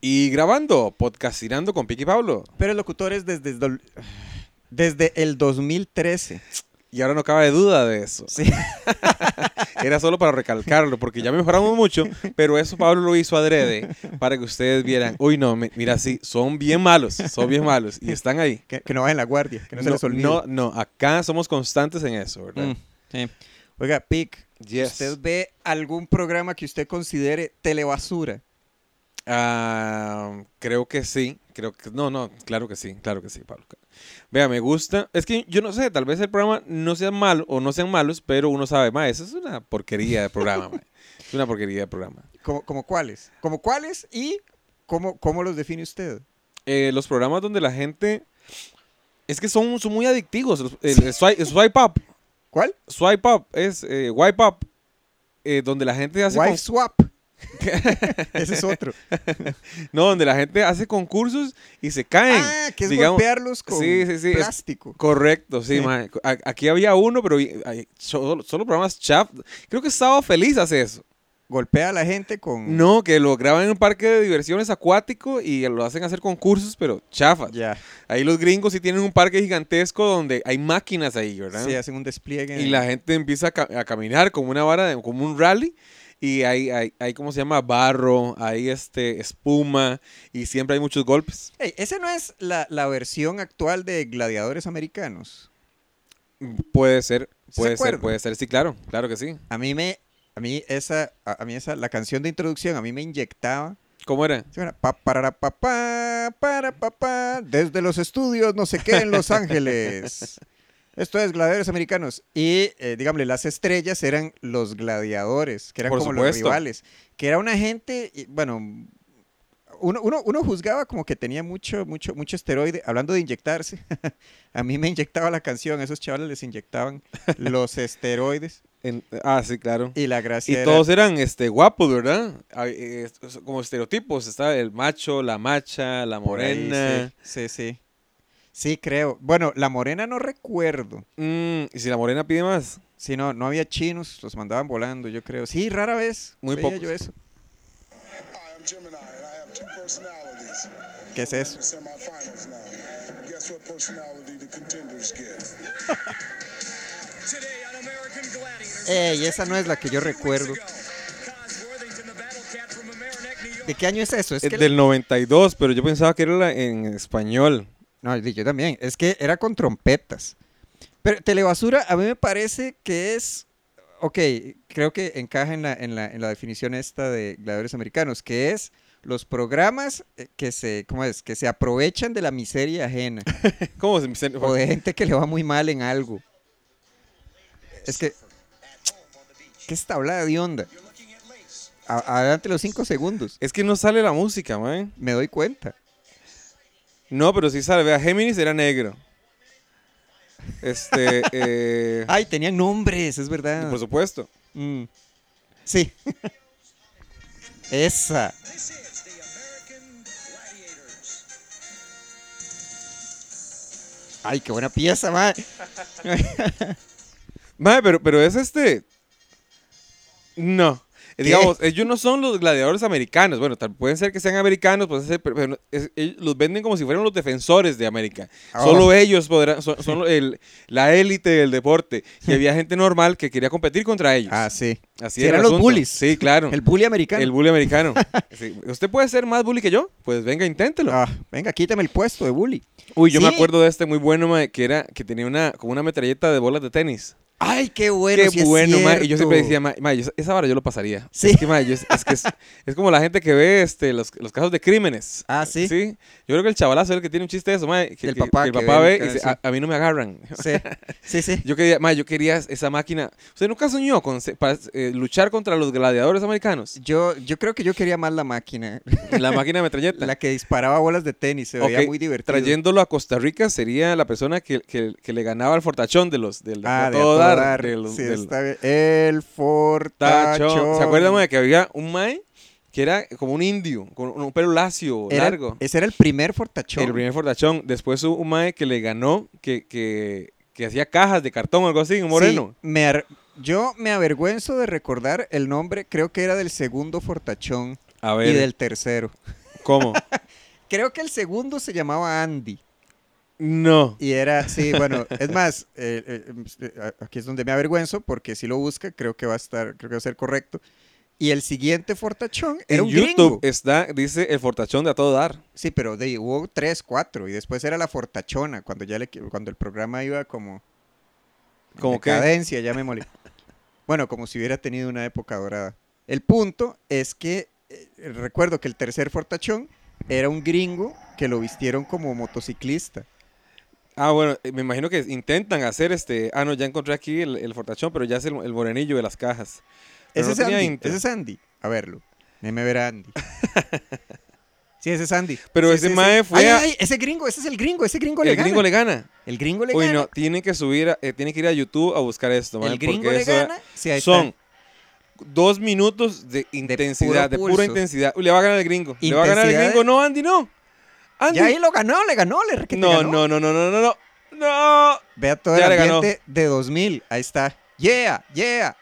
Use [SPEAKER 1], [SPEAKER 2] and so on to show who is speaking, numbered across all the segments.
[SPEAKER 1] Y grabando, podcastinando con Piqui Pablo.
[SPEAKER 2] Pero locutores desde, el dol- desde el 2013.
[SPEAKER 1] Y ahora no cabe duda de eso.
[SPEAKER 2] Sí.
[SPEAKER 1] Era solo para recalcarlo, porque ya mejoramos mucho, pero eso Pablo lo hizo adrede para que ustedes vieran, uy no, mi- mira, sí, son bien malos, son bien malos, y están ahí.
[SPEAKER 2] Que, que no vayan la guardia, que no, se les olvide.
[SPEAKER 1] no, no, acá somos constantes en eso, ¿verdad?
[SPEAKER 2] Mm, sí. Oiga, Pic,
[SPEAKER 1] Yes.
[SPEAKER 2] ¿usted ve algún programa que usted considere telebasura?
[SPEAKER 1] Ah, creo que sí, creo que no, no, claro que sí, claro que sí, Pablo. Vea, me gusta. Es que yo no sé, tal vez el programa no sea malo o no sean malos, pero uno sabe, ma, eso es una porquería de programa, ma. Es una porquería de programa.
[SPEAKER 2] ¿Como, como cuáles? ¿Como cuáles y cómo, cómo los define usted?
[SPEAKER 1] Eh, los programas donde la gente es que son, son muy adictivos, los- el, swipe, swipe up,
[SPEAKER 2] ¿Cuál?
[SPEAKER 1] swipe up es eh, wipe up eh, donde la gente hace
[SPEAKER 2] Wife
[SPEAKER 1] con-
[SPEAKER 2] Swap. Ese es otro.
[SPEAKER 1] no, donde la gente hace concursos y se caen.
[SPEAKER 2] ah, que es
[SPEAKER 1] digamos-
[SPEAKER 2] golpearlos con
[SPEAKER 1] sí, sí, sí, es-
[SPEAKER 2] plástico.
[SPEAKER 1] Correcto, sí,
[SPEAKER 2] Sí.
[SPEAKER 1] mae. A- Aquí había uno, pero vi- ay, solo, solo programas chaf. Creo que Sábado Feliz hace eso.
[SPEAKER 2] Golpea a la gente con...
[SPEAKER 1] No, que lo graban en un parque de diversiones acuático y lo hacen hacer concursos, pero chafas.
[SPEAKER 2] Ya.
[SPEAKER 1] Ahí los gringos sí tienen un parque gigantesco donde hay máquinas ahí, ¿verdad?
[SPEAKER 2] Sí, hacen un despliegue.
[SPEAKER 1] y la gente empieza a, ca- a caminar como una vara, de- como un rally. Y hay, hay, hay, ¿cómo se llama? Barro, hay este, espuma y siempre hay muchos golpes.
[SPEAKER 2] Ey, esa no es la, la versión actual de Gladiadores Americanos.
[SPEAKER 1] Puede ser,
[SPEAKER 2] ¿Se
[SPEAKER 1] puede ser,
[SPEAKER 2] acuerda?
[SPEAKER 1] puede ser. Sí, claro, claro que sí.
[SPEAKER 2] A mí me... A mí esa... A, a mí esa... La canción de introducción a mí me inyectaba.
[SPEAKER 1] ¿Cómo era?
[SPEAKER 2] Sí, era pa, parara, pa, pa, para, pa, pa, desde los estudios no sé qué en Los Ángeles. Esto es Gladiadores Americanos. Y, eh, digámosle, las estrellas eran los gladiadores, que eran
[SPEAKER 1] Por
[SPEAKER 2] como los
[SPEAKER 1] supuesto.
[SPEAKER 2] rivales. Que era una gente, y, bueno, uno, uno, uno juzgaba como que tenía mucho, mucho, mucho esteroide. Hablando de inyectarse, a mí me inyectaba la canción, a esos chavales les inyectaban los esteroides.
[SPEAKER 1] En- ah, sí, claro.
[SPEAKER 2] Y la
[SPEAKER 1] Y
[SPEAKER 2] gracia era-
[SPEAKER 1] todos eran este, guapos, ¿verdad? Ah, eh, est- so- como estereotipos, estaba el macho, la macha, la
[SPEAKER 2] Por ahí, sí,
[SPEAKER 1] morena.
[SPEAKER 2] Sí, sí, sí. creo. Bueno, la morena no recuerdo.
[SPEAKER 1] Mm, y si la morena pide más,
[SPEAKER 2] Si no, no había chinos, los mandaban volando, yo creo. Sí, rara vez.
[SPEAKER 1] Muy
[SPEAKER 2] veía
[SPEAKER 1] pocos.
[SPEAKER 2] yo eso.
[SPEAKER 3] Hi, I'm Gemini, and I have two personalities.
[SPEAKER 2] ¿Qué es eso?
[SPEAKER 3] It's semifinals now. Guess what personality the contenders get?
[SPEAKER 2] Ey, esa no es la que yo recuerdo. ¿De qué año es eso? Es
[SPEAKER 1] es
[SPEAKER 2] que
[SPEAKER 1] Eh, del 92, pero yo pensaba que era la- en español.
[SPEAKER 2] No, y yo también. Es que era con trompetas. Pero Telebasura a mí me parece que es... Ok, creo que encaja en la, en la, en la definición esta de gladiadores americanos, que es los programas eh, que se, ¿cómo es? que se aprovechan de la miseria ajena.
[SPEAKER 1] ¿Cómo se se-
[SPEAKER 2] o de gente que le va muy mal en algo. Es que. ¿Qué es tablada de onda? A- adelante los cinco segundos.
[SPEAKER 1] Es que no sale la música, man.
[SPEAKER 2] Me doy cuenta.
[SPEAKER 1] No, pero sí sale. Vea, Géminis era negro. Este, eh,
[SPEAKER 2] Ay, tenían nombres, es verdad.
[SPEAKER 1] por supuesto.
[SPEAKER 2] Mm. Sí. Esa. Ay, qué buena pieza, madre.
[SPEAKER 1] Mae, pero, pero es este. No. Eh, Digamos, ellos no son los gladiadores americanos. Bueno, tal, pueden ser que sean americanos, pueden ser, pero, pero no- es- ellos los venden como si fueran los defensores de América.
[SPEAKER 2] Oh.
[SPEAKER 1] Solo ellos podrán, son, son el- la élite del deporte. Y había gente normal que quería competir contra ellos.
[SPEAKER 2] Ah, sí.
[SPEAKER 1] Así
[SPEAKER 2] Sí,
[SPEAKER 1] era
[SPEAKER 2] eran
[SPEAKER 1] el
[SPEAKER 2] los
[SPEAKER 1] asunto.
[SPEAKER 2] bullies.
[SPEAKER 1] Sí, claro.
[SPEAKER 2] El bully americano.
[SPEAKER 1] El bully americano. Sí, ¿Usted puede ser más bully que yo? Pues venga, inténtelo.
[SPEAKER 2] Ah, venga, quítame el puesto de bully.
[SPEAKER 1] Uy, yo me
[SPEAKER 2] sí.
[SPEAKER 1] acuerdo de este muy bueno, mae, que era que tenía una como una metralleta de bolas de tenis.
[SPEAKER 2] Ay, qué bueno.
[SPEAKER 1] Qué
[SPEAKER 2] sí es
[SPEAKER 1] bueno, ma. Y yo siempre
[SPEAKER 2] cierto.
[SPEAKER 1] decía, ma, ma, yo- esa vara yo lo pasaría.
[SPEAKER 2] Sí.
[SPEAKER 1] Es que, ma, yo- es, es que es, es como la gente que ve este, los, los casos de crímenes.
[SPEAKER 2] Ah, sí.
[SPEAKER 1] Yo creo que el chavalazo es el que tiene un chiste de eso, ma. Que, que-
[SPEAKER 2] el papá
[SPEAKER 1] que el
[SPEAKER 2] que
[SPEAKER 1] papá
[SPEAKER 2] ve
[SPEAKER 1] ve
[SPEAKER 2] el
[SPEAKER 1] y dice,
[SPEAKER 2] caso.
[SPEAKER 1] a, a mí no me agarran.
[SPEAKER 2] Sí, sí, sí.
[SPEAKER 1] Yo quería, ma, yo quería esa máquina. ¿Usted nunca soñó con se- para, eh, luchar contra los gladiadores americanos?
[SPEAKER 2] Yo, yo creo que yo quería más la máquina,
[SPEAKER 1] La máquina de metralleta.
[SPEAKER 2] la que disparaba bolas de tenis, se veía
[SPEAKER 1] Ok,
[SPEAKER 2] muy divertido.
[SPEAKER 1] Trayéndolo a Costa Rica sería la persona que, que- que le ganaba al fortachón de los del
[SPEAKER 2] ah,
[SPEAKER 1] a
[SPEAKER 2] de a
[SPEAKER 1] todo
[SPEAKER 2] todo
[SPEAKER 1] dar,
[SPEAKER 2] dar.
[SPEAKER 1] de los-
[SPEAKER 2] Sí,
[SPEAKER 1] del-
[SPEAKER 2] está bien. El
[SPEAKER 1] Tacho.
[SPEAKER 2] fortachón.
[SPEAKER 1] ¿Se acuerdan mae, que había un mae que era como un indio, con un pelo lacio,
[SPEAKER 2] Era-
[SPEAKER 1] largo?
[SPEAKER 2] Ese era el primer fortachón.
[SPEAKER 1] El primer fortachón. Después hubo un mae que le ganó, que, que, que hacía cajas de cartón o algo así, un
[SPEAKER 2] Sí,
[SPEAKER 1] moreno.
[SPEAKER 2] me ar- yo me avergüenzo de recordar el nombre, creo que era del segundo fortachón
[SPEAKER 1] A ver,
[SPEAKER 2] y del tercero.
[SPEAKER 1] ¿Cómo?
[SPEAKER 2] Creo que el segundo se llamaba Andy.
[SPEAKER 1] No.
[SPEAKER 2] Y era, sí, bueno, es más, eh, eh, eh, aquí es donde me avergüenzo, porque si lo busca, creo que va a estar, creo que va a ser correcto. Y el siguiente fortachón era
[SPEAKER 1] En
[SPEAKER 2] un
[SPEAKER 1] YouTube
[SPEAKER 2] gringo.
[SPEAKER 1] está, dice el fortachón de a todo dar.
[SPEAKER 2] Sí, pero de, ahí hubo tres, cuatro, y después era la fortachona, cuando ya le, cuando el programa iba como
[SPEAKER 1] Como que.
[SPEAKER 2] cadencia, ya me molé. Bueno, como si hubiera tenido una época dorada. El punto es que eh, recuerdo que el tercer fortachón era un gringo que lo vistieron como motociclista.
[SPEAKER 1] Ah, bueno, eh, me imagino que intentan hacer este. Ah, no, ya encontré aquí el, el fortachón, pero ya es el, el morenillo de las cajas. Pero
[SPEAKER 2] Ese
[SPEAKER 1] no
[SPEAKER 2] es
[SPEAKER 1] tenía
[SPEAKER 2] Andy.
[SPEAKER 1] intro.
[SPEAKER 2] Ese es Andy. A verlo. Déjeme ver a Andy. sí, ese es Andy.
[SPEAKER 1] Pero
[SPEAKER 2] Sí,
[SPEAKER 1] ese
[SPEAKER 2] sí, sí.
[SPEAKER 1] mae fue
[SPEAKER 2] Ay,
[SPEAKER 1] a-
[SPEAKER 2] ay, ese gringo, ese es el gringo, ese gringo le
[SPEAKER 1] El
[SPEAKER 2] gana.
[SPEAKER 1] gringo le gana.
[SPEAKER 2] El gringo le
[SPEAKER 1] Uy,
[SPEAKER 2] gana.
[SPEAKER 1] no, tiene que subir, a- eh, tiene que ir a YouTube a buscar esto, man,
[SPEAKER 2] el gringo
[SPEAKER 1] porque
[SPEAKER 2] le
[SPEAKER 1] eso
[SPEAKER 2] gana. Sí, ahí está.
[SPEAKER 1] son dos minutos de intensidad, de, pura
[SPEAKER 2] pulso.
[SPEAKER 1] intensidad. Uy, le va a ganar el gringo. Le va a ganar el
[SPEAKER 2] Intensidad de-
[SPEAKER 1] gringo. No, Andy, no. Andy.
[SPEAKER 2] Ya ahí lo ganó, le ganó, le requete
[SPEAKER 1] no,
[SPEAKER 2] ganó.
[SPEAKER 1] no, no, no, no, no, no. No.
[SPEAKER 2] Vea todo
[SPEAKER 1] Ya
[SPEAKER 2] el
[SPEAKER 1] le ganó.
[SPEAKER 2] ambiente de 2000. Ahí está. Yeah, yeah.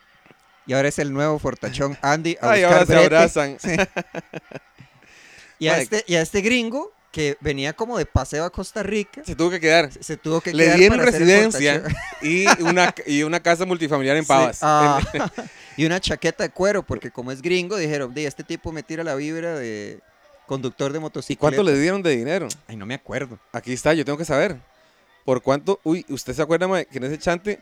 [SPEAKER 2] Y ahora es el nuevo fortachón Andy a
[SPEAKER 1] Ay,
[SPEAKER 2] buscar
[SPEAKER 1] ahora se
[SPEAKER 2] brete.
[SPEAKER 1] abrazan.
[SPEAKER 2] Y a,
[SPEAKER 1] Mae.
[SPEAKER 2] este, y a este gringo que venía como de paseo a Costa Rica,
[SPEAKER 1] Se tuvo que quedar.
[SPEAKER 2] se, se tuvo que
[SPEAKER 1] Le
[SPEAKER 2] quedar
[SPEAKER 1] dieron
[SPEAKER 2] para hacer el
[SPEAKER 1] residencia
[SPEAKER 2] fortachón.
[SPEAKER 1] y una, y una casa multifamiliar en
[SPEAKER 2] Sí,
[SPEAKER 1] Pavas.
[SPEAKER 2] ah, y una chaqueta de cuero, porque como es gringo, dijeron, "Di, este tipo me tira la vibra de conductor de
[SPEAKER 1] ¿Y
[SPEAKER 2] motocicleta.
[SPEAKER 1] cuánto le dieron de dinero?
[SPEAKER 2] Ay, no me acuerdo.
[SPEAKER 1] Aquí está, yo tengo que saber. ¿Por cuánto? Uy, ¿usted se acuerda mae, que en ese chante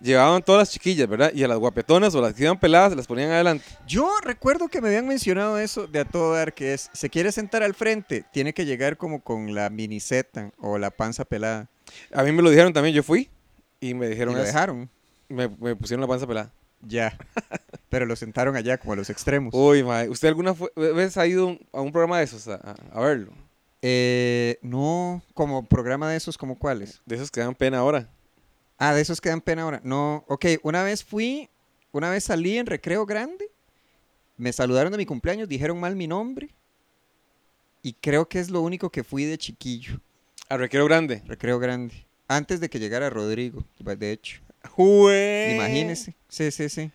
[SPEAKER 1] llevaban todas las chiquillas, verdad? Y a las guapetonas o las que iban peladas las ponían adelante.
[SPEAKER 2] Yo recuerdo que me habían mencionado eso de a todo dar, que es, se quiere sentar al frente, tiene que llegar como con la miniseta o la panza pelada.
[SPEAKER 1] A mí me lo dijeron también, yo fui y me
[SPEAKER 2] Y
[SPEAKER 1] dijeron
[SPEAKER 2] lo
[SPEAKER 1] eso.
[SPEAKER 2] dejaron,
[SPEAKER 1] Me, me pusieron la panza pelada.
[SPEAKER 2] ya. Pero lo sentaron allá, como a los extremos.
[SPEAKER 1] Uy, mae, ¿usted alguna fue- vez ha ido a un programa de esos a, a- a verlo?
[SPEAKER 2] Eh, no, como programa de esos, ¿como cuáles?
[SPEAKER 1] De esos que dan pena ahora.
[SPEAKER 2] Ah, de esos que dan pena ahora. No, ok, una vez fui, una vez salí en Recreo Grande, me saludaron de mi cumpleaños, dijeron mal mi nombre y creo que es lo único que fui de chiquillo,
[SPEAKER 1] A Requiero Grande.
[SPEAKER 2] Recreo Grande, antes de que llegara Rodrigo, pues, de hecho,
[SPEAKER 1] Jue-
[SPEAKER 2] imagínese. Sí, sí, sí.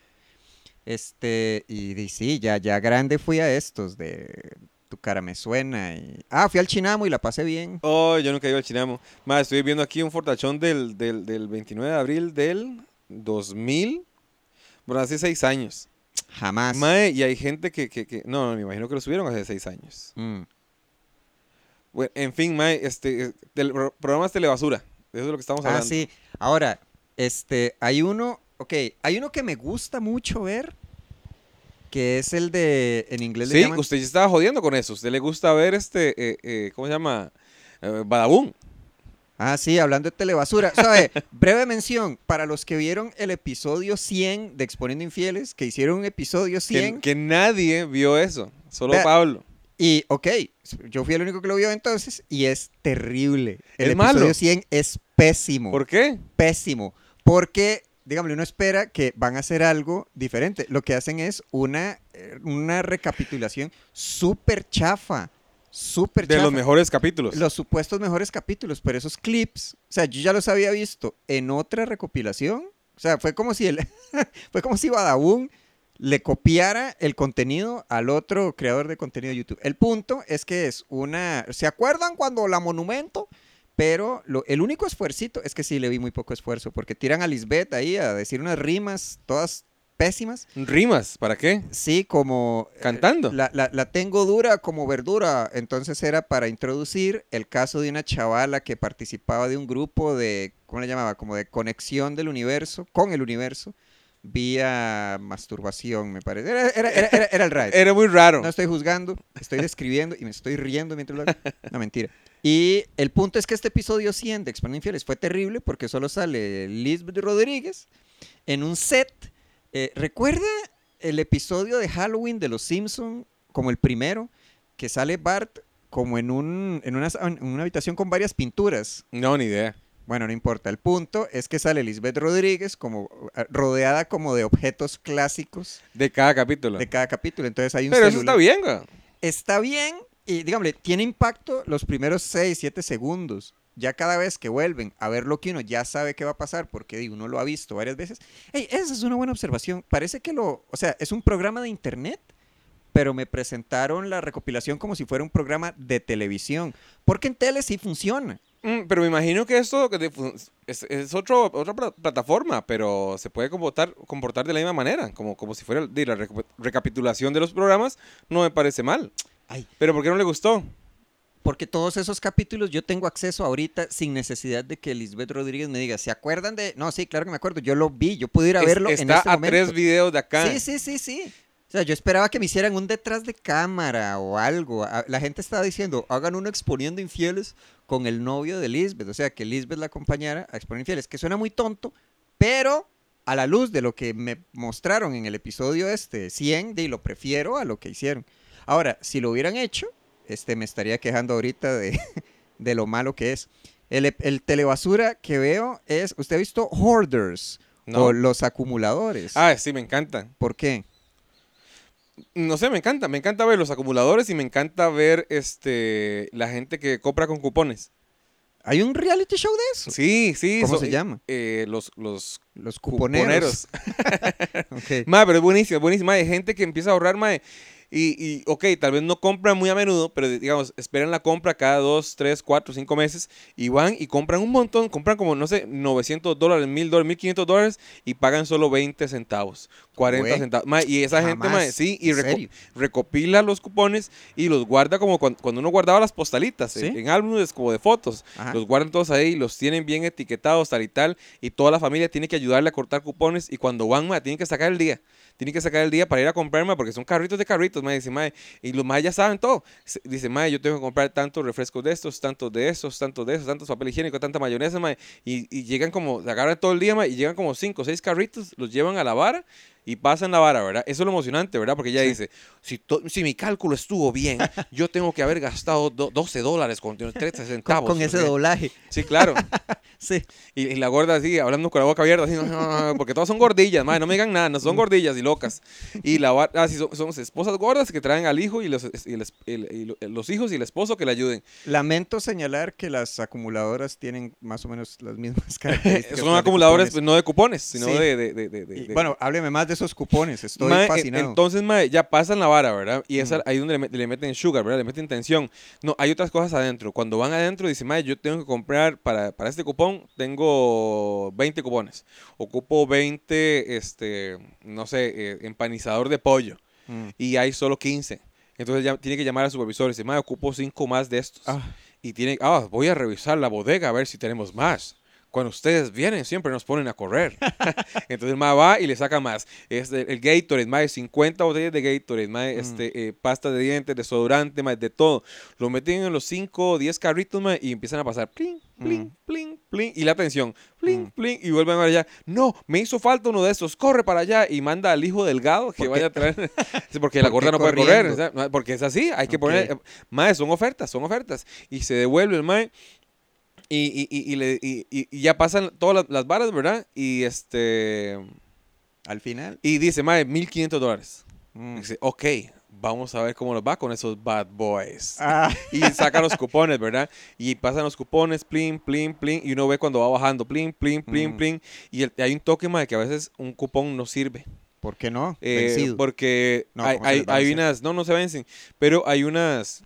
[SPEAKER 2] Este, y, di- sí, ya, ya grande fui a estos de Tu cara me suena y... Ah, fui al Chinamo y la pasé bien.
[SPEAKER 1] Oh, yo nunca he ido al Chinamo. Mae, estoy viendo aquí un fortachón del, del, del 29 de abril del 2000. Bueno, hace seis años.
[SPEAKER 2] Jamás.
[SPEAKER 1] Mae, y hay gente que, que, que- No, no, me imagino que lo subieron hace seis años.
[SPEAKER 2] Mm.
[SPEAKER 1] Bueno, en fin, Mae, este, del pro- programas telebasura. De eso es lo que estamos
[SPEAKER 2] Ah,
[SPEAKER 1] hablando.
[SPEAKER 2] sí. Ahora, este, hay uno, ok, hay uno que me gusta mucho ver, que es el de, en inglés le
[SPEAKER 1] Sí,
[SPEAKER 2] llaman...
[SPEAKER 1] usted ya estaba jodiendo con eso. Usted le gusta ver este, eh, eh, ¿cómo se llama? Eh, Badabun.
[SPEAKER 2] Ah, sí, hablando de telebasura. ¿Sabe? Breve mención, para los que vieron el episodio 100 de Exponiendo Infieles, que hicieron un episodio
[SPEAKER 1] Que,
[SPEAKER 2] 100,
[SPEAKER 1] que nadie vio eso. Solo
[SPEAKER 2] Vea,
[SPEAKER 1] Pablo.
[SPEAKER 2] y ok, yo fui el único que lo vio entonces, y es terrible. El
[SPEAKER 1] Es
[SPEAKER 2] episodio
[SPEAKER 1] malo.
[SPEAKER 2] 100 es pésimo.
[SPEAKER 1] ¿Por qué?
[SPEAKER 2] pésimo. Porque, dígame, uno espera que van a hacer algo diferente. Lo que hacen es una, eh, una recapitulación súper chafa. Súper
[SPEAKER 1] De
[SPEAKER 2] chafa.
[SPEAKER 1] los mejores capítulos.
[SPEAKER 2] Los supuestos mejores capítulos, pero esos clips, o sea, yo ya los había visto en otra recopilación. O sea, fue como si el, fue como si Badabun le copiara el contenido al otro creador de contenido de YouTube. El punto es que es una, ¿se acuerdan cuando la Monumento? Pero lo- el único esfuercito es que sí le vi muy poco esfuerzo porque tiran a Lisbeth ahí a decir unas rimas todas pésimas.
[SPEAKER 1] Rimas, ¿para qué?
[SPEAKER 2] Sí, como eh,
[SPEAKER 1] Cantando.
[SPEAKER 2] la, la- la tengo dura como verdura. Entonces era para introducir el caso de una chavala que participaba de un grupo de, ¿cómo le llamaba? Como de conexión del universo, con el universo, vía masturbación, me parece. Era, era- era- era- era el raid.
[SPEAKER 1] Era muy raro.
[SPEAKER 2] No estoy juzgando, estoy describiendo y me estoy riendo mientras lo hago. No, mentira. Y el punto es que este episodio 100 de Exponiendo Infieles fue terrible porque solo sale Lisbeth Rodríguez en un set. Eh, ¿Recuerda el episodio de Halloween de Los Simpson como el primero? Que sale Bart como en, un, en, una, en una habitación con varias pinturas.
[SPEAKER 1] No, ni idea.
[SPEAKER 2] Bueno, no importa. El punto es que sale Lisbeth Rodríguez como eh, rodeada como de objetos clásicos
[SPEAKER 1] De cada capítulo.
[SPEAKER 2] de cada capítulo. Entonces hay un
[SPEAKER 1] Pero eso
[SPEAKER 2] celular-
[SPEAKER 1] está bien, güey.
[SPEAKER 2] está bien y dígame, tiene impacto los primeros 6, 7 segundos. Ya cada vez que vuelven a ver lo que uno ya sabe que va a pasar, porque di, uno lo ha visto varias veces. Ey, esa es una buena observación. Parece que lo, o sea, es un programa de internet, pero me presentaron la recopilación como si fuera un programa de televisión. Porque en tele sí funciona.
[SPEAKER 1] Mm, pero me imagino que esto que te fun- es, es otro, otra pla- plataforma, pero se puede comportar, comportar de la misma manera, como, como si fuera de la recu- recapitulación de los programas, no me parece mal.
[SPEAKER 2] Ay.
[SPEAKER 1] Pero ¿por qué no le gustó?
[SPEAKER 2] Porque todos esos capítulos yo tengo acceso ahorita sin necesidad de que Lisbeth Rodríguez me diga, ¿se acuerdan de...? No, sí, claro que me acuerdo. Yo lo vi, yo pude ir a
[SPEAKER 1] Es-
[SPEAKER 2] verlo
[SPEAKER 1] está
[SPEAKER 2] en este
[SPEAKER 1] a
[SPEAKER 2] momento.
[SPEAKER 1] tres videos de acá.
[SPEAKER 2] Sí, sí, sí, sí. O sea, yo esperaba que me hicieran un detrás de cámara o algo. A- La gente estaba diciendo, hagan uno exponiendo infieles con el novio de Lisbeth. O sea, que Lisbeth la acompañara a exponer infieles, que suena muy tonto, pero a la luz de lo que me mostraron en el episodio este 100, de, y lo prefiero a lo que hicieron. Ahora, si lo hubieran hecho, este, me estaría quejando ahorita de, de lo malo que es. El, ep- el telebasura que veo es, ¿usted ha visto Hoarders?
[SPEAKER 1] No.
[SPEAKER 2] O los acumuladores.
[SPEAKER 1] Ah, sí, me encanta.
[SPEAKER 2] ¿Por qué?
[SPEAKER 1] No sé, me encanta. Me encanta ver los acumuladores y me encanta ver este la gente que compra con cupones.
[SPEAKER 2] ¿Hay un reality show de eso?
[SPEAKER 1] Sí, sí.
[SPEAKER 2] ¿Cómo
[SPEAKER 1] so-
[SPEAKER 2] se llama?
[SPEAKER 1] eh, los, los
[SPEAKER 2] Los cuponeros.
[SPEAKER 1] cuponeros.
[SPEAKER 2] Ok.
[SPEAKER 1] Mae, pero es buenísimo, es buenísimo. Mae, hay gente que empieza a ahorrar, mae. Y, y, ok, tal vez no compran muy a menudo, pero digamos, esperan la compra cada dos, tres, cuatro, cinco meses y van y compran un montón, compran como, no sé, 900 dólares, 1000 dólares, 1500 dólares y pagan solo 20 centavos, 40
[SPEAKER 2] Güey,
[SPEAKER 1] centavos. Mae, y esa gente, mae,
[SPEAKER 2] jamás,
[SPEAKER 1] sí, y
[SPEAKER 2] ¿en
[SPEAKER 1] reco-
[SPEAKER 2] serio?
[SPEAKER 1] recopila los cupones y los guarda como cuan- cuando, uno guardaba las postalitas
[SPEAKER 2] ¿Sí?
[SPEAKER 1] en, en álbumes como de fotos.
[SPEAKER 2] Ajá.
[SPEAKER 1] Los guardan todos ahí, los tienen bien etiquetados, tal y tal, y toda la familia tiene que ayudarle a cortar cupones y cuando van, mae, tienen que sacar el día tiene que sacar el día para ir a comprarme porque son carritos de carritos, me dice, mae, y los más ya saben todo. Se- Dice, mae, yo tengo que comprar tantos refrescos de estos, tantos de esos, tantos de esos, tantos papel higiénico, tanta mayonesa, mae, y, y llegan como, se agarran todo el día, mae, y llegan como cinco o seis carritos, los llevan a la vara y pasan la vara, ¿verdad? Eso es lo emocionante, ¿verdad? Porque ella dice, si, to- si mi cálculo estuvo bien, yo tengo que haber gastado do- 12 dólares con 13
[SPEAKER 2] Con,
[SPEAKER 1] centavos.
[SPEAKER 2] con ese doblaje.
[SPEAKER 1] Sí, claro.
[SPEAKER 2] Sí.
[SPEAKER 1] Y, y la gorda así, hablando con la boca abierta, así, no, no, no, porque todas son gordillas, madre, no me digan nada, no son gordillas y locas. Y la bar- ah, sí, son, son esposas gordas que traen al hijo y los, y el es- el- y lo- los hijos y el esposo que le ayuden.
[SPEAKER 2] Lamento señalar que las acumuladoras tienen más o menos las mismas características.
[SPEAKER 1] son
[SPEAKER 2] las de
[SPEAKER 1] acumuladores pues,
[SPEAKER 2] cupones.
[SPEAKER 1] no de cupones, sino
[SPEAKER 2] Sí.
[SPEAKER 1] de... de- de- de- de-
[SPEAKER 2] Y,
[SPEAKER 1] de-
[SPEAKER 2] bueno, hábleme más de esos cupones. Estoy
[SPEAKER 1] Mae, en-
[SPEAKER 2] fascinado.
[SPEAKER 1] entonces, mae, ya pasan la vara, ¿verdad? Y es
[SPEAKER 2] Mm.
[SPEAKER 1] ahí donde le, met- le meten sugar, ¿verdad? Le meten tensión. No, hay otras cosas adentro. Cuando van adentro, dicen, mae, yo tengo que comprar para, para este cupón, tengo 20 cupones. Ocupo 20, este, no sé, eh, empanizador de pollo.
[SPEAKER 2] Mm.
[SPEAKER 1] Y hay solo 15. Entonces ya tiene que llamar al supervisor y dice, mae, ocupo 5 más de estos.
[SPEAKER 2] Ah,
[SPEAKER 1] Y tiene, ah, voy a revisar la bodega a ver si tenemos más. Cuando ustedes vienen, siempre nos ponen a correr. Entonces el ma va y le saca más. Este, el Gatorade, más de 50 botellas de Gatorade, más
[SPEAKER 2] Mm.
[SPEAKER 1] este, eh, pasta de dientes, desodorante, más de todo. Lo meten en los 5 o 10 carritos ma, y empiezan a pasar. Plin, plin,
[SPEAKER 2] Mm.
[SPEAKER 1] plin, plin. Y la atención. Plin,
[SPEAKER 2] Mm.
[SPEAKER 1] plin. Y vuelven para allá. No, me hizo falta uno de estos. Corre para allá. Y manda al hijo delgado que vaya a traer. Sí, porque la
[SPEAKER 2] ¿Por qué
[SPEAKER 1] gorda no puede correr.
[SPEAKER 2] corriendo?
[SPEAKER 1] o sea, ma, Porque es así. Hay que
[SPEAKER 2] Ok.
[SPEAKER 1] poner. Mae, son ofertas, son ofertas. Y se devuelve el mae. Y, y- y- y le- y- y- y ya pasan todas las, las varas, ¿verdad? Y este.
[SPEAKER 2] al final.
[SPEAKER 1] Y dice, mae, 1500 dólares.
[SPEAKER 2] mm.
[SPEAKER 1] Dice, ok, vamos a ver cómo nos va con esos bad boys.
[SPEAKER 2] Ah,
[SPEAKER 1] Y saca los cupones, ¿verdad? Y pasan los cupones, plin, plin, plin. Y uno ve cuando va bajando, plin, plin, plin,
[SPEAKER 2] Mm.
[SPEAKER 1] plin. Y el- hay un toque, mae, que a veces un cupón no sirve.
[SPEAKER 2] ¿Por qué no?
[SPEAKER 1] Eh,
[SPEAKER 2] Vencido.
[SPEAKER 1] porque
[SPEAKER 2] No,
[SPEAKER 1] hay,
[SPEAKER 2] ¿cómo se
[SPEAKER 1] hay-
[SPEAKER 2] les va a
[SPEAKER 1] hay
[SPEAKER 2] vencer?
[SPEAKER 1] unas, no, no se vencen, pero hay unas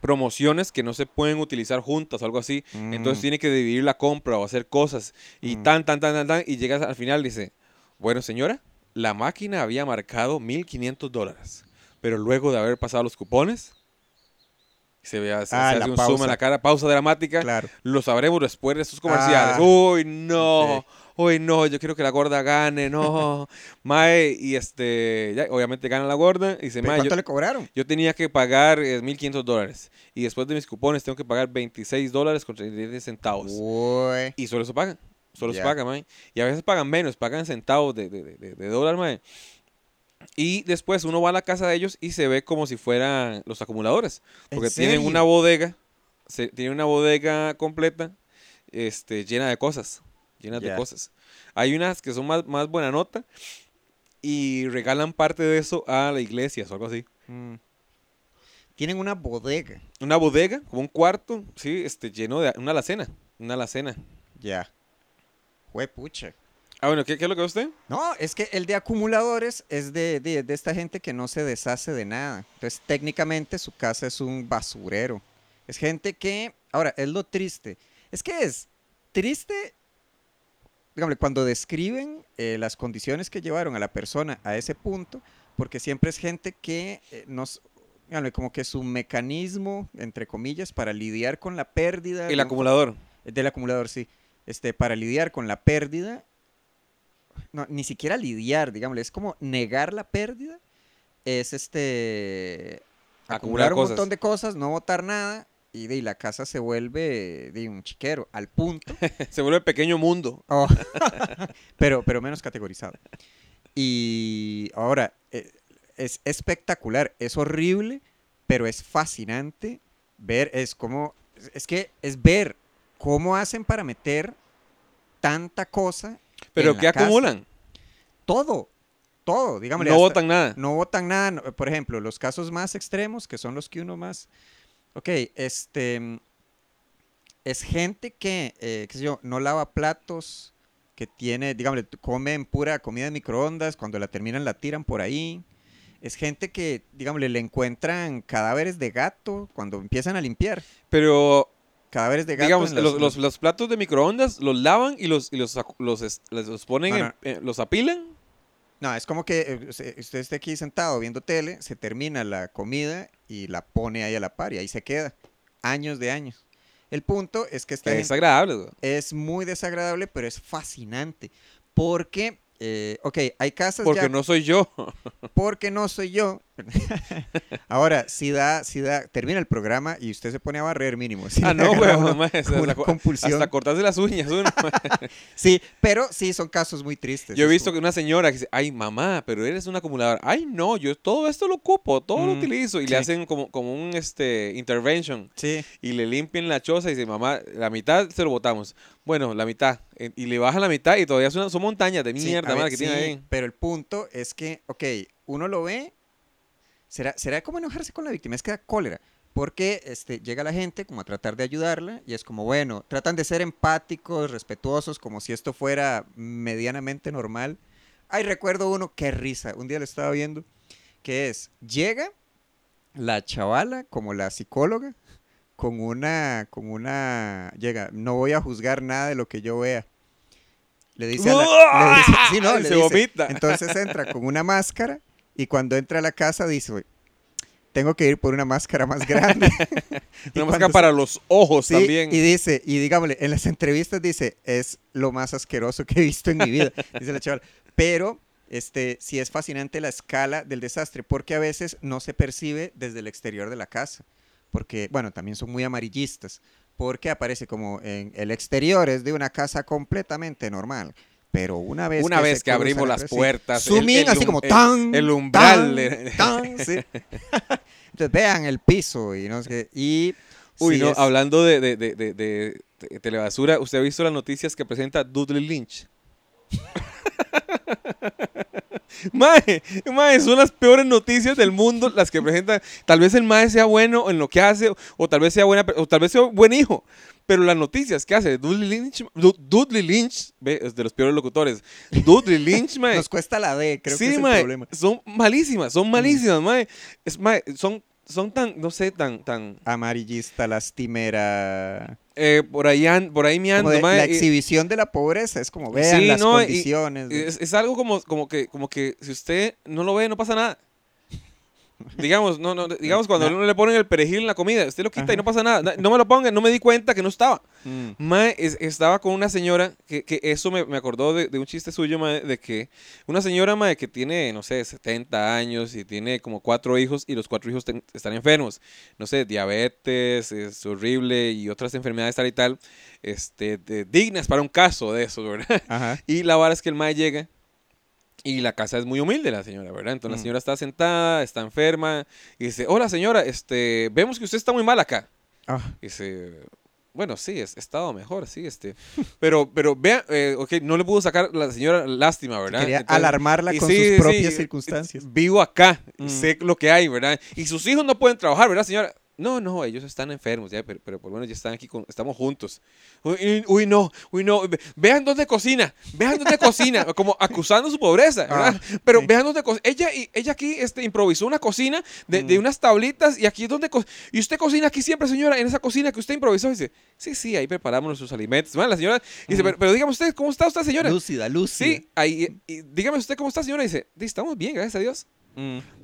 [SPEAKER 1] promociones que no se pueden utilizar juntas o algo así. Entonces
[SPEAKER 2] Mm.
[SPEAKER 1] tiene que dividir la compra o hacer cosas. Y
[SPEAKER 2] Mm.
[SPEAKER 1] tan, tan, tan, tan, tan. Y llegas al final y dice, bueno señora, la máquina había marcado 1.500 dólares. Pero luego de haber pasado los cupones, se ve se-
[SPEAKER 2] Ah,
[SPEAKER 1] se
[SPEAKER 2] la
[SPEAKER 1] hace un zoom
[SPEAKER 2] pausa.
[SPEAKER 1] en la cara, pausa dramática.
[SPEAKER 2] Claro.
[SPEAKER 1] Lo sabremos después de estos comerciales.
[SPEAKER 2] Ah,
[SPEAKER 1] Uy, no.
[SPEAKER 2] ok.
[SPEAKER 1] Uy, no, yo quiero que la gorda gane, no. Mae, y este, ya, obviamente gana la gorda. Y dice,
[SPEAKER 2] ¿Pero
[SPEAKER 1] Mae,
[SPEAKER 2] ¿Cuánto
[SPEAKER 1] yo,
[SPEAKER 2] le cobraron?
[SPEAKER 1] yo tenía que pagar eh, 1.500 dólares. Y después de mis cupones tengo que pagar 26 dólares con 37 centavos.
[SPEAKER 2] Uy.
[SPEAKER 1] Y solo eso pagan. Solo se
[SPEAKER 2] Ya.
[SPEAKER 1] pagan, mae. Y a veces pagan menos, pagan centavos de, de, de- de dólar, mae. Y después uno va a la casa de ellos y se ve como si fueran los acumuladores.
[SPEAKER 2] ¿En
[SPEAKER 1] Porque tienen
[SPEAKER 2] serio?
[SPEAKER 1] una bodega, se, tienen una bodega completa este, llena de cosas. Llena de
[SPEAKER 2] Ya.
[SPEAKER 1] cosas. Hay unas que son más, más buena nota y regalan parte de eso a la iglesia o algo así.
[SPEAKER 2] Mm. Tienen una bodega.
[SPEAKER 1] Una bodega, como un cuarto, sí, este, lleno de una alacena. Una alacena.
[SPEAKER 2] Ya. Juepucha.
[SPEAKER 1] Ah, bueno, ¿qué, qué es lo que ve usted?
[SPEAKER 2] No, es que el de acumuladores es de, de- de esta gente que no se deshace de nada. Entonces, técnicamente su casa es un basurero. Es gente que, ahora, es lo triste. Es que es triste, digamos, cuando describen eh, las condiciones que llevaron a la persona a ese punto, porque siempre es gente que eh, nos... dígame, Como que su mecanismo, entre comillas, para lidiar con la pérdida
[SPEAKER 1] El
[SPEAKER 2] de un
[SPEAKER 1] acumulador.
[SPEAKER 2] del acumulador, sí. Este, para lidiar con la pérdida, no, ni siquiera lidiar, digámosle, es como negar la pérdida, es este
[SPEAKER 1] Acumular
[SPEAKER 2] acumular, un
[SPEAKER 1] cosas.
[SPEAKER 2] montón de cosas, no votar nada y de ahí la casa se vuelve de un chiquero al punto,
[SPEAKER 1] Se vuelve pequeño mundo.
[SPEAKER 2] Oh. pero pero menos categorizado. Y ahora eh, es espectacular, es horrible, pero es fascinante ver, es como, es- es que es ver cómo hacen para meter tanta cosa,
[SPEAKER 1] Pero
[SPEAKER 2] En la
[SPEAKER 1] ¿qué
[SPEAKER 2] casa.
[SPEAKER 1] acumulan?
[SPEAKER 2] todo, todo, digamos.
[SPEAKER 1] no votan nada.
[SPEAKER 2] No votan nada, no- por ejemplo, los casos más extremos, que son los que uno más, ok, este, es gente que, eh, qué sé yo, no lava platos, que tiene, digamos, comen pura comida de microondas, cuando la terminan la tiran por ahí. Es gente que, digamos, le encuentran cadáveres de gato cuando empiezan a limpiar.
[SPEAKER 1] Pero,
[SPEAKER 2] Cadáveres de gato.
[SPEAKER 1] digamos,
[SPEAKER 2] en las-
[SPEAKER 1] los, los, los platos de microondas los lavan y los, y los, ac- los, es- les- los ponen,
[SPEAKER 2] No,
[SPEAKER 1] en-
[SPEAKER 2] no.
[SPEAKER 1] eh, los apilan.
[SPEAKER 2] No, es como que eh, usted, usted esté aquí sentado viendo tele, se termina la comida y la pone ahí a la par y ahí se queda. Años de años. El punto es que esta
[SPEAKER 1] Que
[SPEAKER 2] gente
[SPEAKER 1] desagradable. güey.
[SPEAKER 2] es muy desagradable, pero es fascinante. Porque, eh, ok, hay casas
[SPEAKER 1] Porque
[SPEAKER 2] ya-
[SPEAKER 1] no soy yo.
[SPEAKER 2] porque no soy yo. Ahora, si da, si da, termina el programa y usted se pone a barrer mínimo. si
[SPEAKER 1] ah,
[SPEAKER 2] le
[SPEAKER 1] no,
[SPEAKER 2] agarra
[SPEAKER 1] güey.
[SPEAKER 2] uno
[SPEAKER 1] no más,
[SPEAKER 2] como
[SPEAKER 1] hasta
[SPEAKER 2] una
[SPEAKER 1] co-
[SPEAKER 2] compulsión.
[SPEAKER 1] Hasta cortarse las uñas. uno.
[SPEAKER 2] Sí, pero sí, son casos muy tristes.
[SPEAKER 1] yo he
[SPEAKER 2] es
[SPEAKER 1] visto
[SPEAKER 2] como-
[SPEAKER 1] que una señora que dice, ay, mamá, pero eres un acumulador. Ay, no, yo todo esto lo ocupo, todo lo
[SPEAKER 2] Mm,
[SPEAKER 1] utilizo. Y
[SPEAKER 2] sí.
[SPEAKER 1] le hacen como, como un este, intervention.
[SPEAKER 2] Sí.
[SPEAKER 1] Y le limpian la choza y dice, mamá, la mitad se lo botamos. Bueno, la mitad. eh, Y le bajan la mitad y todavía es una- son montañas de
[SPEAKER 2] Sí,
[SPEAKER 1] mierda,
[SPEAKER 2] a ver,
[SPEAKER 1] madre, que tiene
[SPEAKER 2] sí,
[SPEAKER 1] ahí.
[SPEAKER 2] Pero el punto es que, ok, uno lo ve, será, será como enojarse con la víctima, es que da cólera. Porque este, llega la gente como a tratar de ayudarla y es como, bueno, tratan de ser empáticos, respetuosos, como si esto fuera medianamente normal. Ay, recuerdo uno, qué risa, un día lo estaba viendo, que es, llega la chavala como la psicóloga con una, con una, llega, no voy a juzgar nada de lo que yo vea. Le dice a la, le dice- sí, no,
[SPEAKER 1] Y
[SPEAKER 2] le
[SPEAKER 1] se
[SPEAKER 2] dice.
[SPEAKER 1] vomita.
[SPEAKER 2] Entonces entra con una máscara y cuando entra a la casa dice, "Uy, tengo que ir por una máscara más grande.
[SPEAKER 1] Una
[SPEAKER 2] Y cuando
[SPEAKER 1] máscara
[SPEAKER 2] se-
[SPEAKER 1] para los ojos
[SPEAKER 2] Sí,
[SPEAKER 1] también.
[SPEAKER 2] Y dice, y digámosle, en las entrevistas dice, es lo más asqueroso que he visto en mi vida, dice la chaval. Pero este, sí es fascinante la escala del desastre, porque a veces no se percibe desde el exterior de la casa. Porque, bueno, también son muy amarillistas, porque aparece como en el exterior es de una casa completamente normal. Pero una vez
[SPEAKER 1] Una
[SPEAKER 2] se
[SPEAKER 1] vez que
[SPEAKER 2] cruzan
[SPEAKER 1] abrimos las
[SPEAKER 2] entre sí,
[SPEAKER 1] puertas, el-
[SPEAKER 2] zoom in,
[SPEAKER 1] el
[SPEAKER 2] así
[SPEAKER 1] um-
[SPEAKER 2] como
[SPEAKER 1] el-
[SPEAKER 2] tan.
[SPEAKER 1] el umbral de-
[SPEAKER 2] tan, tan, sí. Entonces vean el piso y no sé qué. Y.
[SPEAKER 1] Uy,
[SPEAKER 2] sí
[SPEAKER 1] no,
[SPEAKER 2] es-
[SPEAKER 1] hablando de, de, de, de- de- de telebasura, ¿usted ha visto las noticias que presenta Dudley Lynch? mae, mae, son las peores noticias del mundo las que presenta. Tal vez el mae sea bueno en lo que hace, o tal vez sea buena, pe- o tal vez sea buen hijo. Pero las noticias que hace Dudley Lynch, Du- Dudley Lynch, ve, es de los peores locutores. Dudley Lynch, mae.
[SPEAKER 2] Nos cuesta la D, creo que es el
[SPEAKER 1] mae,
[SPEAKER 2] problema. Mm.
[SPEAKER 1] son malísimas, son malísimas, mae. Es, mae, son, son tan, no sé, tan, tan,
[SPEAKER 2] Amarillista, lastimera.
[SPEAKER 1] eh, por ahí, an- por ahí me
[SPEAKER 2] Como
[SPEAKER 1] ando,
[SPEAKER 2] de-
[SPEAKER 1] mae,
[SPEAKER 2] la
[SPEAKER 1] y-
[SPEAKER 2] exhibición de la pobreza es como vean
[SPEAKER 1] Sí,
[SPEAKER 2] las
[SPEAKER 1] no, y-
[SPEAKER 2] condiciones. de-
[SPEAKER 1] Es, es algo como, como que, como que si usted no lo ve, no pasa nada. Digamos, no, no, digamos cuando
[SPEAKER 2] Na-
[SPEAKER 1] uno le ponen el perejil en la comida, usted lo quita
[SPEAKER 2] Ajá.
[SPEAKER 1] y no pasa nada. Na- No me lo pongan, no me di cuenta que no estaba.
[SPEAKER 2] Mm.
[SPEAKER 1] Mae, es- estaba con una señora que, que eso me, me acordó de, de un chiste suyo, mae, de que una señora, mae, que tiene, no sé, 70 años y tiene como cuatro hijos y los cuatro hijos ten- están enfermos. No sé, diabetes, es horrible y otras enfermedades tal y tal, este, de- dignas para un caso de eso, ¿verdad?
[SPEAKER 2] Ajá.
[SPEAKER 1] Y la vara es que el mae llega y la casa es muy humilde la señora, ¿verdad? Entonces
[SPEAKER 2] Mm.
[SPEAKER 1] la señora está sentada, está enferma y dice, hola señora, este, vemos que usted está muy mal acá.
[SPEAKER 2] Ah,
[SPEAKER 1] Y dice, bueno, sí, es- he estado mejor, sí, este, pero, pero vea, eh, ok, no le pudo sacar la señora lástima, ¿verdad?
[SPEAKER 2] quería
[SPEAKER 1] Entonces-
[SPEAKER 2] alarmarla
[SPEAKER 1] y
[SPEAKER 2] con
[SPEAKER 1] sí,
[SPEAKER 2] sus
[SPEAKER 1] sí,
[SPEAKER 2] propias
[SPEAKER 1] sí,
[SPEAKER 2] circunstancias.
[SPEAKER 1] Vivo acá,
[SPEAKER 2] Mm.
[SPEAKER 1] sé lo que hay, ¿verdad? Y sus hijos no pueden trabajar, ¿verdad, señora? No, no, ellos están enfermos, ya, pero, pero por lo menos ya están aquí, con, estamos juntos. Uy, uy, no, uy, no. ve- Vean dónde cocina, vean dónde cocina, como acusando su pobreza,
[SPEAKER 2] Ah,
[SPEAKER 1] ¿verdad? pero vean dónde cocina. Ella, y- ella aquí este, improvisó una cocina de,
[SPEAKER 2] Mm.
[SPEAKER 1] de unas tablitas y aquí es donde. co- y usted cocina aquí siempre, señora, en esa cocina que usted improvisó. dice, sí, sí, ahí preparamos nuestros alimentos. Bueno, la señora dice, pero, pero dígame usted, ¿cómo está usted, señora?
[SPEAKER 4] Lúcida, lúcida.
[SPEAKER 1] Sí, ahí, y dígame usted cómo está, señora. Dice, "Di, estamos bien, gracias a Dios.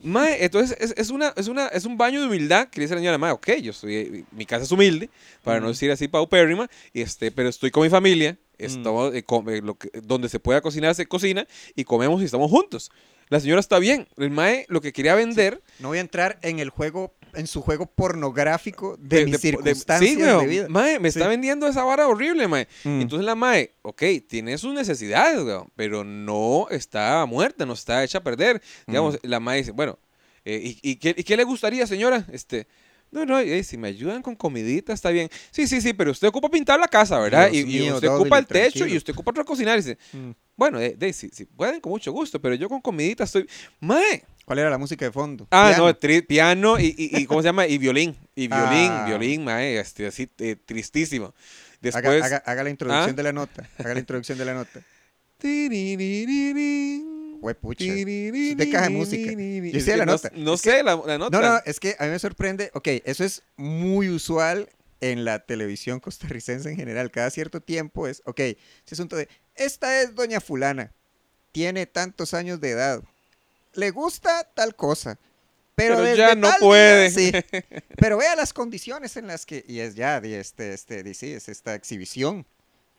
[SPEAKER 1] Mae, entonces es, es una, es, una, es un baño de humildad que le dice la señora, mae, ok, yo estoy, mi casa es humilde, para no decir así paupérrima, este, pero estoy con mi familia,
[SPEAKER 2] Mm.
[SPEAKER 1] estamos, eh, com- eh, lo que- donde se pueda cocinar, se cocina y comemos y estamos juntos. La señora está bien, el mae lo que quería vender
[SPEAKER 2] No voy a entrar en el juego, en su juego pornográfico de, mis
[SPEAKER 1] de- de-
[SPEAKER 2] circunstancias
[SPEAKER 1] sí,
[SPEAKER 2] de,
[SPEAKER 1] weón,
[SPEAKER 2] vida.
[SPEAKER 1] mae, me está
[SPEAKER 2] Sí.
[SPEAKER 1] vendiendo esa vara horrible, mae.
[SPEAKER 2] Mm.
[SPEAKER 1] Entonces la mae, ok, tiene sus necesidades, weón, pero no está muerta, no está hecha a perder. Digamos,
[SPEAKER 2] Mm.
[SPEAKER 1] la mae dice, bueno, eh, ¿y, y qué, y qué le gustaría, señora? Este, no, no, eh, si me ayudan con comidita está bien. Sí, sí, sí, pero usted ocupa pintar la casa, ¿verdad?
[SPEAKER 2] Dios
[SPEAKER 1] Y, y
[SPEAKER 2] mío,
[SPEAKER 1] usted
[SPEAKER 2] Dodil,
[SPEAKER 1] ocupa el techo y
[SPEAKER 2] tranquilo.
[SPEAKER 1] usted ocupa otra cocinar. Y dice,
[SPEAKER 2] Mm.
[SPEAKER 1] bueno, eh, de- si, si pueden, con mucho gusto, pero yo con comidita estoy... Mae,
[SPEAKER 2] ¿Cuál era la música de fondo?
[SPEAKER 1] Ah,
[SPEAKER 2] Piano.
[SPEAKER 1] no, tri- piano y, y, y ¿cómo se llama? Y violín. Y violín,
[SPEAKER 2] Ah.
[SPEAKER 1] violín, mae, este, así, eh, tristísimo.
[SPEAKER 2] Haga-
[SPEAKER 1] Después...
[SPEAKER 2] haga, haga la introducción
[SPEAKER 1] ¿Ah?
[SPEAKER 2] de la nota. Haga la introducción de la nota.
[SPEAKER 1] Tiririririn,
[SPEAKER 2] Huepucha.
[SPEAKER 1] tiririririn,
[SPEAKER 2] de caja de música.
[SPEAKER 1] tiririririn.
[SPEAKER 2] Yo
[SPEAKER 1] Es
[SPEAKER 2] sé
[SPEAKER 1] que
[SPEAKER 2] la
[SPEAKER 1] no-
[SPEAKER 2] nota.
[SPEAKER 1] No
[SPEAKER 2] Es
[SPEAKER 1] sé la, la nota.
[SPEAKER 2] No, no, es que a mí me sorprende. Ok, eso es muy usual en la televisión costarricense en general. Cada cierto tiempo es, ok, ese asunto de, esta es doña fulana, tiene tantos años de edad, le gusta tal cosa, pero,
[SPEAKER 1] Pero
[SPEAKER 2] desde
[SPEAKER 1] ya no
[SPEAKER 2] tal día,
[SPEAKER 1] puede".
[SPEAKER 2] sí, pero vea las condiciones en las que, y es ya, de este, este, de- sí, es esta exhibición.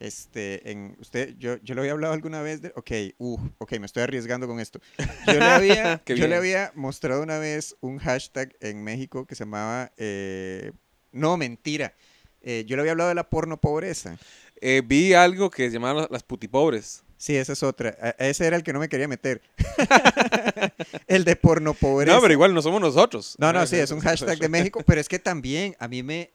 [SPEAKER 2] Este, en usted, yo, yo le había hablado alguna vez de, ok, uh, ok, me estoy arriesgando con esto. Yo le había,
[SPEAKER 1] Qué
[SPEAKER 2] yo
[SPEAKER 1] bien.
[SPEAKER 2] le había mostrado una vez un hashtag en México que se llamaba, eh, no, mentira. Eh, yo le había hablado de la porno pobreza.
[SPEAKER 1] Eh, vi algo que llamaban las- las putipobres.
[SPEAKER 2] Sí, esa es otra. A- ese era el que no me quería meter. el de porno pobreza.
[SPEAKER 1] No, pero igual no somos nosotros. Ah,
[SPEAKER 2] No, no, sí, es un hashtag de México, pero es que también a mí me...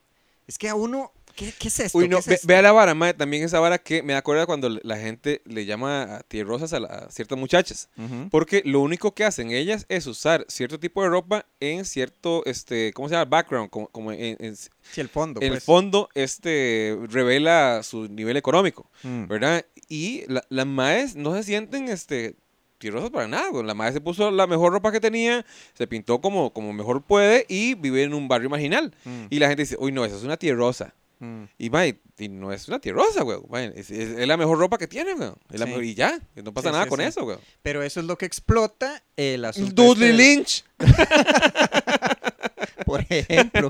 [SPEAKER 2] Es que a uno... ¿Qué, qué es esto?
[SPEAKER 1] Uy,
[SPEAKER 2] ¿Qué
[SPEAKER 1] no,
[SPEAKER 2] es
[SPEAKER 1] ve-
[SPEAKER 2] esto?
[SPEAKER 1] vea la vara, mae, también esa vara que me acuerdo cuando la gente le llama a tierrosas a, la- a ciertas muchachas.
[SPEAKER 2] Ujú.
[SPEAKER 1] Porque lo único que hacen ellas es usar cierto tipo de ropa en cierto, este, ¿cómo se llama? Background, como, como en, en-
[SPEAKER 2] Sí, el fondo.
[SPEAKER 1] en el
[SPEAKER 2] pues.
[SPEAKER 1] fondo, este, revela su nivel económico,
[SPEAKER 2] Mm.
[SPEAKER 1] ¿verdad? Y la- las maes no se sienten, este, tirosas para nada, güey. La mae se puso la mejor ropa que tenía, se pintó como, como mejor puede y vive en un barrio marginal.
[SPEAKER 2] Mm.
[SPEAKER 1] Y la gente dice, uy, no, esa es una tierrosa.
[SPEAKER 2] Mm.
[SPEAKER 1] Y, mae, y no es una tierrosa, güey. Mae, Es, es- es la mejor ropa que tiene, güey. Es la
[SPEAKER 2] Sí.
[SPEAKER 1] mejor- y ya, no pasa
[SPEAKER 2] Sí,
[SPEAKER 1] nada
[SPEAKER 2] sí,
[SPEAKER 1] con
[SPEAKER 2] sí.
[SPEAKER 1] eso, güey.
[SPEAKER 2] Pero eso es lo que explota el asunto.
[SPEAKER 1] Dudley
[SPEAKER 2] este de-
[SPEAKER 1] Lynch.
[SPEAKER 2] por ejemplo.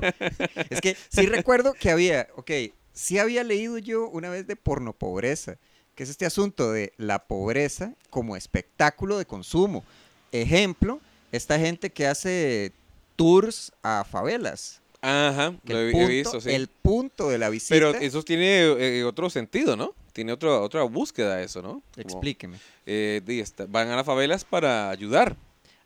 [SPEAKER 2] es que sí recuerdo que había, ok, sí había leído yo una vez de porno pobreza, que es este asunto de la pobreza como espectáculo de consumo. Ejemplo, esta gente que hace tours a favelas.
[SPEAKER 1] Ajá,
[SPEAKER 2] que
[SPEAKER 1] lo he,
[SPEAKER 2] el,
[SPEAKER 1] he
[SPEAKER 2] punto,
[SPEAKER 1] visto, sí.
[SPEAKER 2] el punto de la visita.
[SPEAKER 1] Pero eso tiene eh, otro sentido, ¿no? Tiene otro, otra búsqueda eso, ¿no? Como,
[SPEAKER 2] Explíqueme.
[SPEAKER 1] eh, di, esta- van a las favelas para ayudar.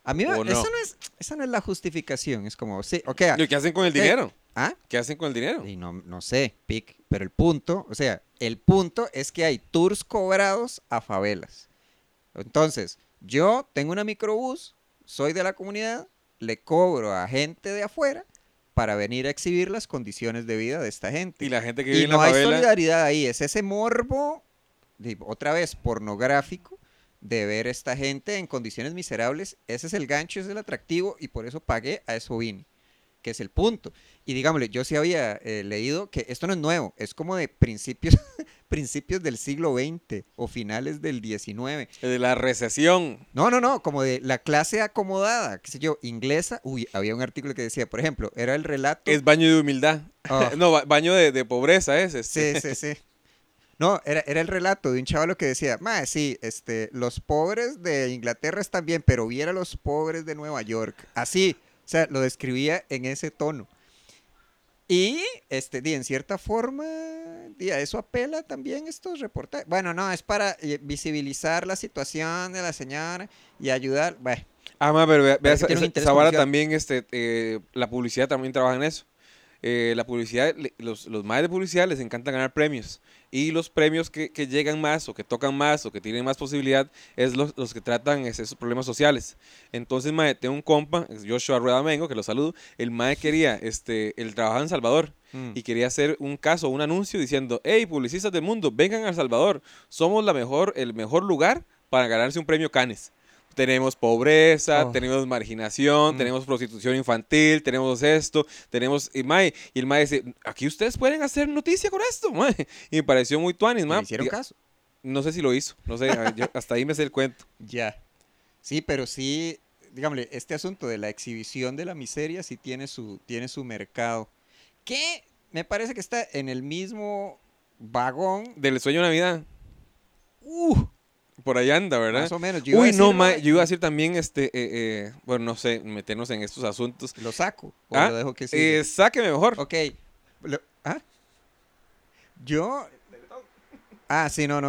[SPEAKER 2] A mí me-
[SPEAKER 1] ¿O no?
[SPEAKER 2] Esa, no es, esa no es la justificación, es como, sí, ok.
[SPEAKER 1] ¿Y qué hacen con el
[SPEAKER 2] eh,
[SPEAKER 1] dinero?
[SPEAKER 2] ¿ah?
[SPEAKER 1] ¿Qué hacen con el dinero?
[SPEAKER 2] Y no, no sé, Pic, pero el punto, o sea, el punto es que hay tours cobrados a favelas. Entonces, yo tengo una microbús, soy de la comunidad, le cobro a gente de afuera para venir a exhibir las condiciones de vida de esta gente.
[SPEAKER 1] Y la gente que
[SPEAKER 2] Y
[SPEAKER 1] vive en
[SPEAKER 2] no
[SPEAKER 1] la
[SPEAKER 2] hay
[SPEAKER 1] favela.
[SPEAKER 2] solidaridad ahí, es ese morbo, di- otra vez, pornográfico, de ver esta gente en condiciones miserables. Ese es el gancho, ese es el atractivo, y por eso pagué, a eso vine, que es el punto. Y digámosle, yo sí había eh, leído que esto no es nuevo, es como de principios, principios del siglo XX o finales del XIX.
[SPEAKER 1] eh, De la recesión.
[SPEAKER 2] No, no, no, como de la clase acomodada, qué sé yo, inglesa. Uy, había un artículo que decía, por ejemplo, era el relato...
[SPEAKER 1] Es baño de humildad.
[SPEAKER 2] Ah.
[SPEAKER 1] No, ba- baño de, de pobreza es. este.
[SPEAKER 2] Sí, sí, sí. No, era, era el relato de un chaval que decía, ma, sí, este, los pobres de Inglaterra están bien, pero viera los pobres de Nueva York. Así, o sea, lo describía en ese tono. Y, este, di, en cierta forma, di, a eso apela también estos reportajes. Bueno, no, es para eh, visibilizar la situación de la señora y ayudar, bueno,
[SPEAKER 1] Ah, ma, pero vea, vea
[SPEAKER 2] Parece
[SPEAKER 1] esa,
[SPEAKER 2] que tiene un
[SPEAKER 1] esa-
[SPEAKER 2] interés
[SPEAKER 1] esa vara
[SPEAKER 2] comercial.
[SPEAKER 1] también, este, eh, la publicidad también trabaja en eso. eh, la publicidad, le- los, los maes de publicidad les encanta ganar premios. Y los premios que, que llegan más o que tocan más o que tienen más posibilidad es los, los que tratan es- esos problemas sociales. Entonces, mae, tengo un compa, es Joshua Rueda Mengo, que lo saludo. El mae quería, este, él trabajaba en Salvador y quería hacer un caso, un anuncio diciendo, hey, publicistas del mundo, vengan a El Salvador, somos la mejor, el mejor lugar para ganarse un premio Canes. Tenemos pobreza,
[SPEAKER 2] Oh.
[SPEAKER 1] tenemos marginación,
[SPEAKER 2] Mm.
[SPEAKER 1] tenemos prostitución infantil, tenemos esto, tenemos... Y, mae, y el mae dice, aquí ustedes pueden hacer noticia con esto, mae. Y me pareció muy tuanis, mae.
[SPEAKER 2] ¿Me hicieron
[SPEAKER 1] Diga-
[SPEAKER 2] caso?
[SPEAKER 1] No sé si lo hizo, no sé, a ver, yo- hasta ahí me sé el cuento.
[SPEAKER 2] Ya. Sí, pero sí, dígame, este asunto de la exhibición de la miseria sí tiene su, tiene su mercado. Que me parece que está en el mismo vagón.
[SPEAKER 1] Del sueño de Navidad,
[SPEAKER 2] Uh,
[SPEAKER 1] por ahí anda, ¿verdad?
[SPEAKER 2] Más o menos. Yo iba a
[SPEAKER 1] Uy, no,
[SPEAKER 2] decir,
[SPEAKER 1] mae,
[SPEAKER 2] mae,
[SPEAKER 1] yo iba a decir también, este, eh, eh, bueno, no sé, meternos en estos asuntos.
[SPEAKER 2] Lo saco. O
[SPEAKER 1] ¿Ah?
[SPEAKER 2] lo Pues, dejo que siga.
[SPEAKER 1] Eh, sáqueme mejor.
[SPEAKER 2] Ok. Lo- ¿Ah? Yo. Ah, sí, no, no.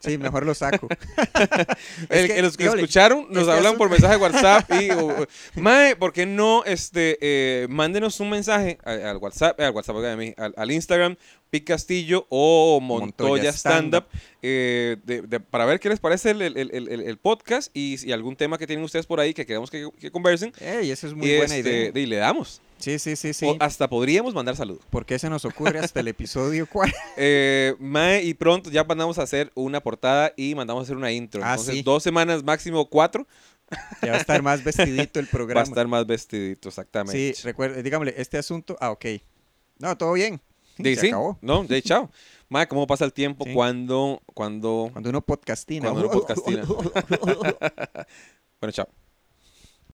[SPEAKER 2] Sí, mejor lo saco. Es
[SPEAKER 1] El-
[SPEAKER 2] que,
[SPEAKER 1] los que
[SPEAKER 2] dígale,
[SPEAKER 1] escucharon nos
[SPEAKER 2] este
[SPEAKER 1] hablan por
[SPEAKER 2] asunto-
[SPEAKER 1] mensaje de WhatsApp y o- o- Mae, ¿por qué no este eh, mándenos un mensaje al, al WhatsApp, eh, al WhatsApp oigan a mí, al, al Instagram, Pic Castillo o Montoya,
[SPEAKER 2] Montoya
[SPEAKER 1] Stand
[SPEAKER 2] Stand
[SPEAKER 1] Up eh, de- de- para ver qué les parece el, el- el- el- el podcast y, si algún tema que tienen ustedes por ahí que queremos que, que conversen.
[SPEAKER 2] Ey, eso es muy
[SPEAKER 1] y,
[SPEAKER 2] buena
[SPEAKER 1] este,
[SPEAKER 2] idea.
[SPEAKER 1] y le damos.
[SPEAKER 2] Sí, sí, sí, sí.
[SPEAKER 1] O ah. hasta podríamos mandar saludos.
[SPEAKER 2] ¿Por qué se nos ocurre hasta el episodio 4?
[SPEAKER 1] Eh, mae, y pronto ya mandamos a hacer una portada y mandamos a hacer una intro.
[SPEAKER 2] Ah,
[SPEAKER 1] Entonces,
[SPEAKER 2] sí.
[SPEAKER 1] dos semanas, máximo cuatro,
[SPEAKER 2] Ya va a estar más vestidito el
[SPEAKER 1] va a
[SPEAKER 2] programa.
[SPEAKER 1] estar más vestidito, exactamente.
[SPEAKER 2] sí, recuerde, dígame, este asunto. Ah, ok. No, todo bien.
[SPEAKER 1] De,
[SPEAKER 2] se
[SPEAKER 1] sí,
[SPEAKER 2] acabó.
[SPEAKER 1] No, de chao. Ma, ¿cómo pasa el tiempo
[SPEAKER 2] Sí.
[SPEAKER 1] cuando, cuando...
[SPEAKER 2] Cuando uno podcastina.
[SPEAKER 1] Cuando uno podcastina. Bueno, chao.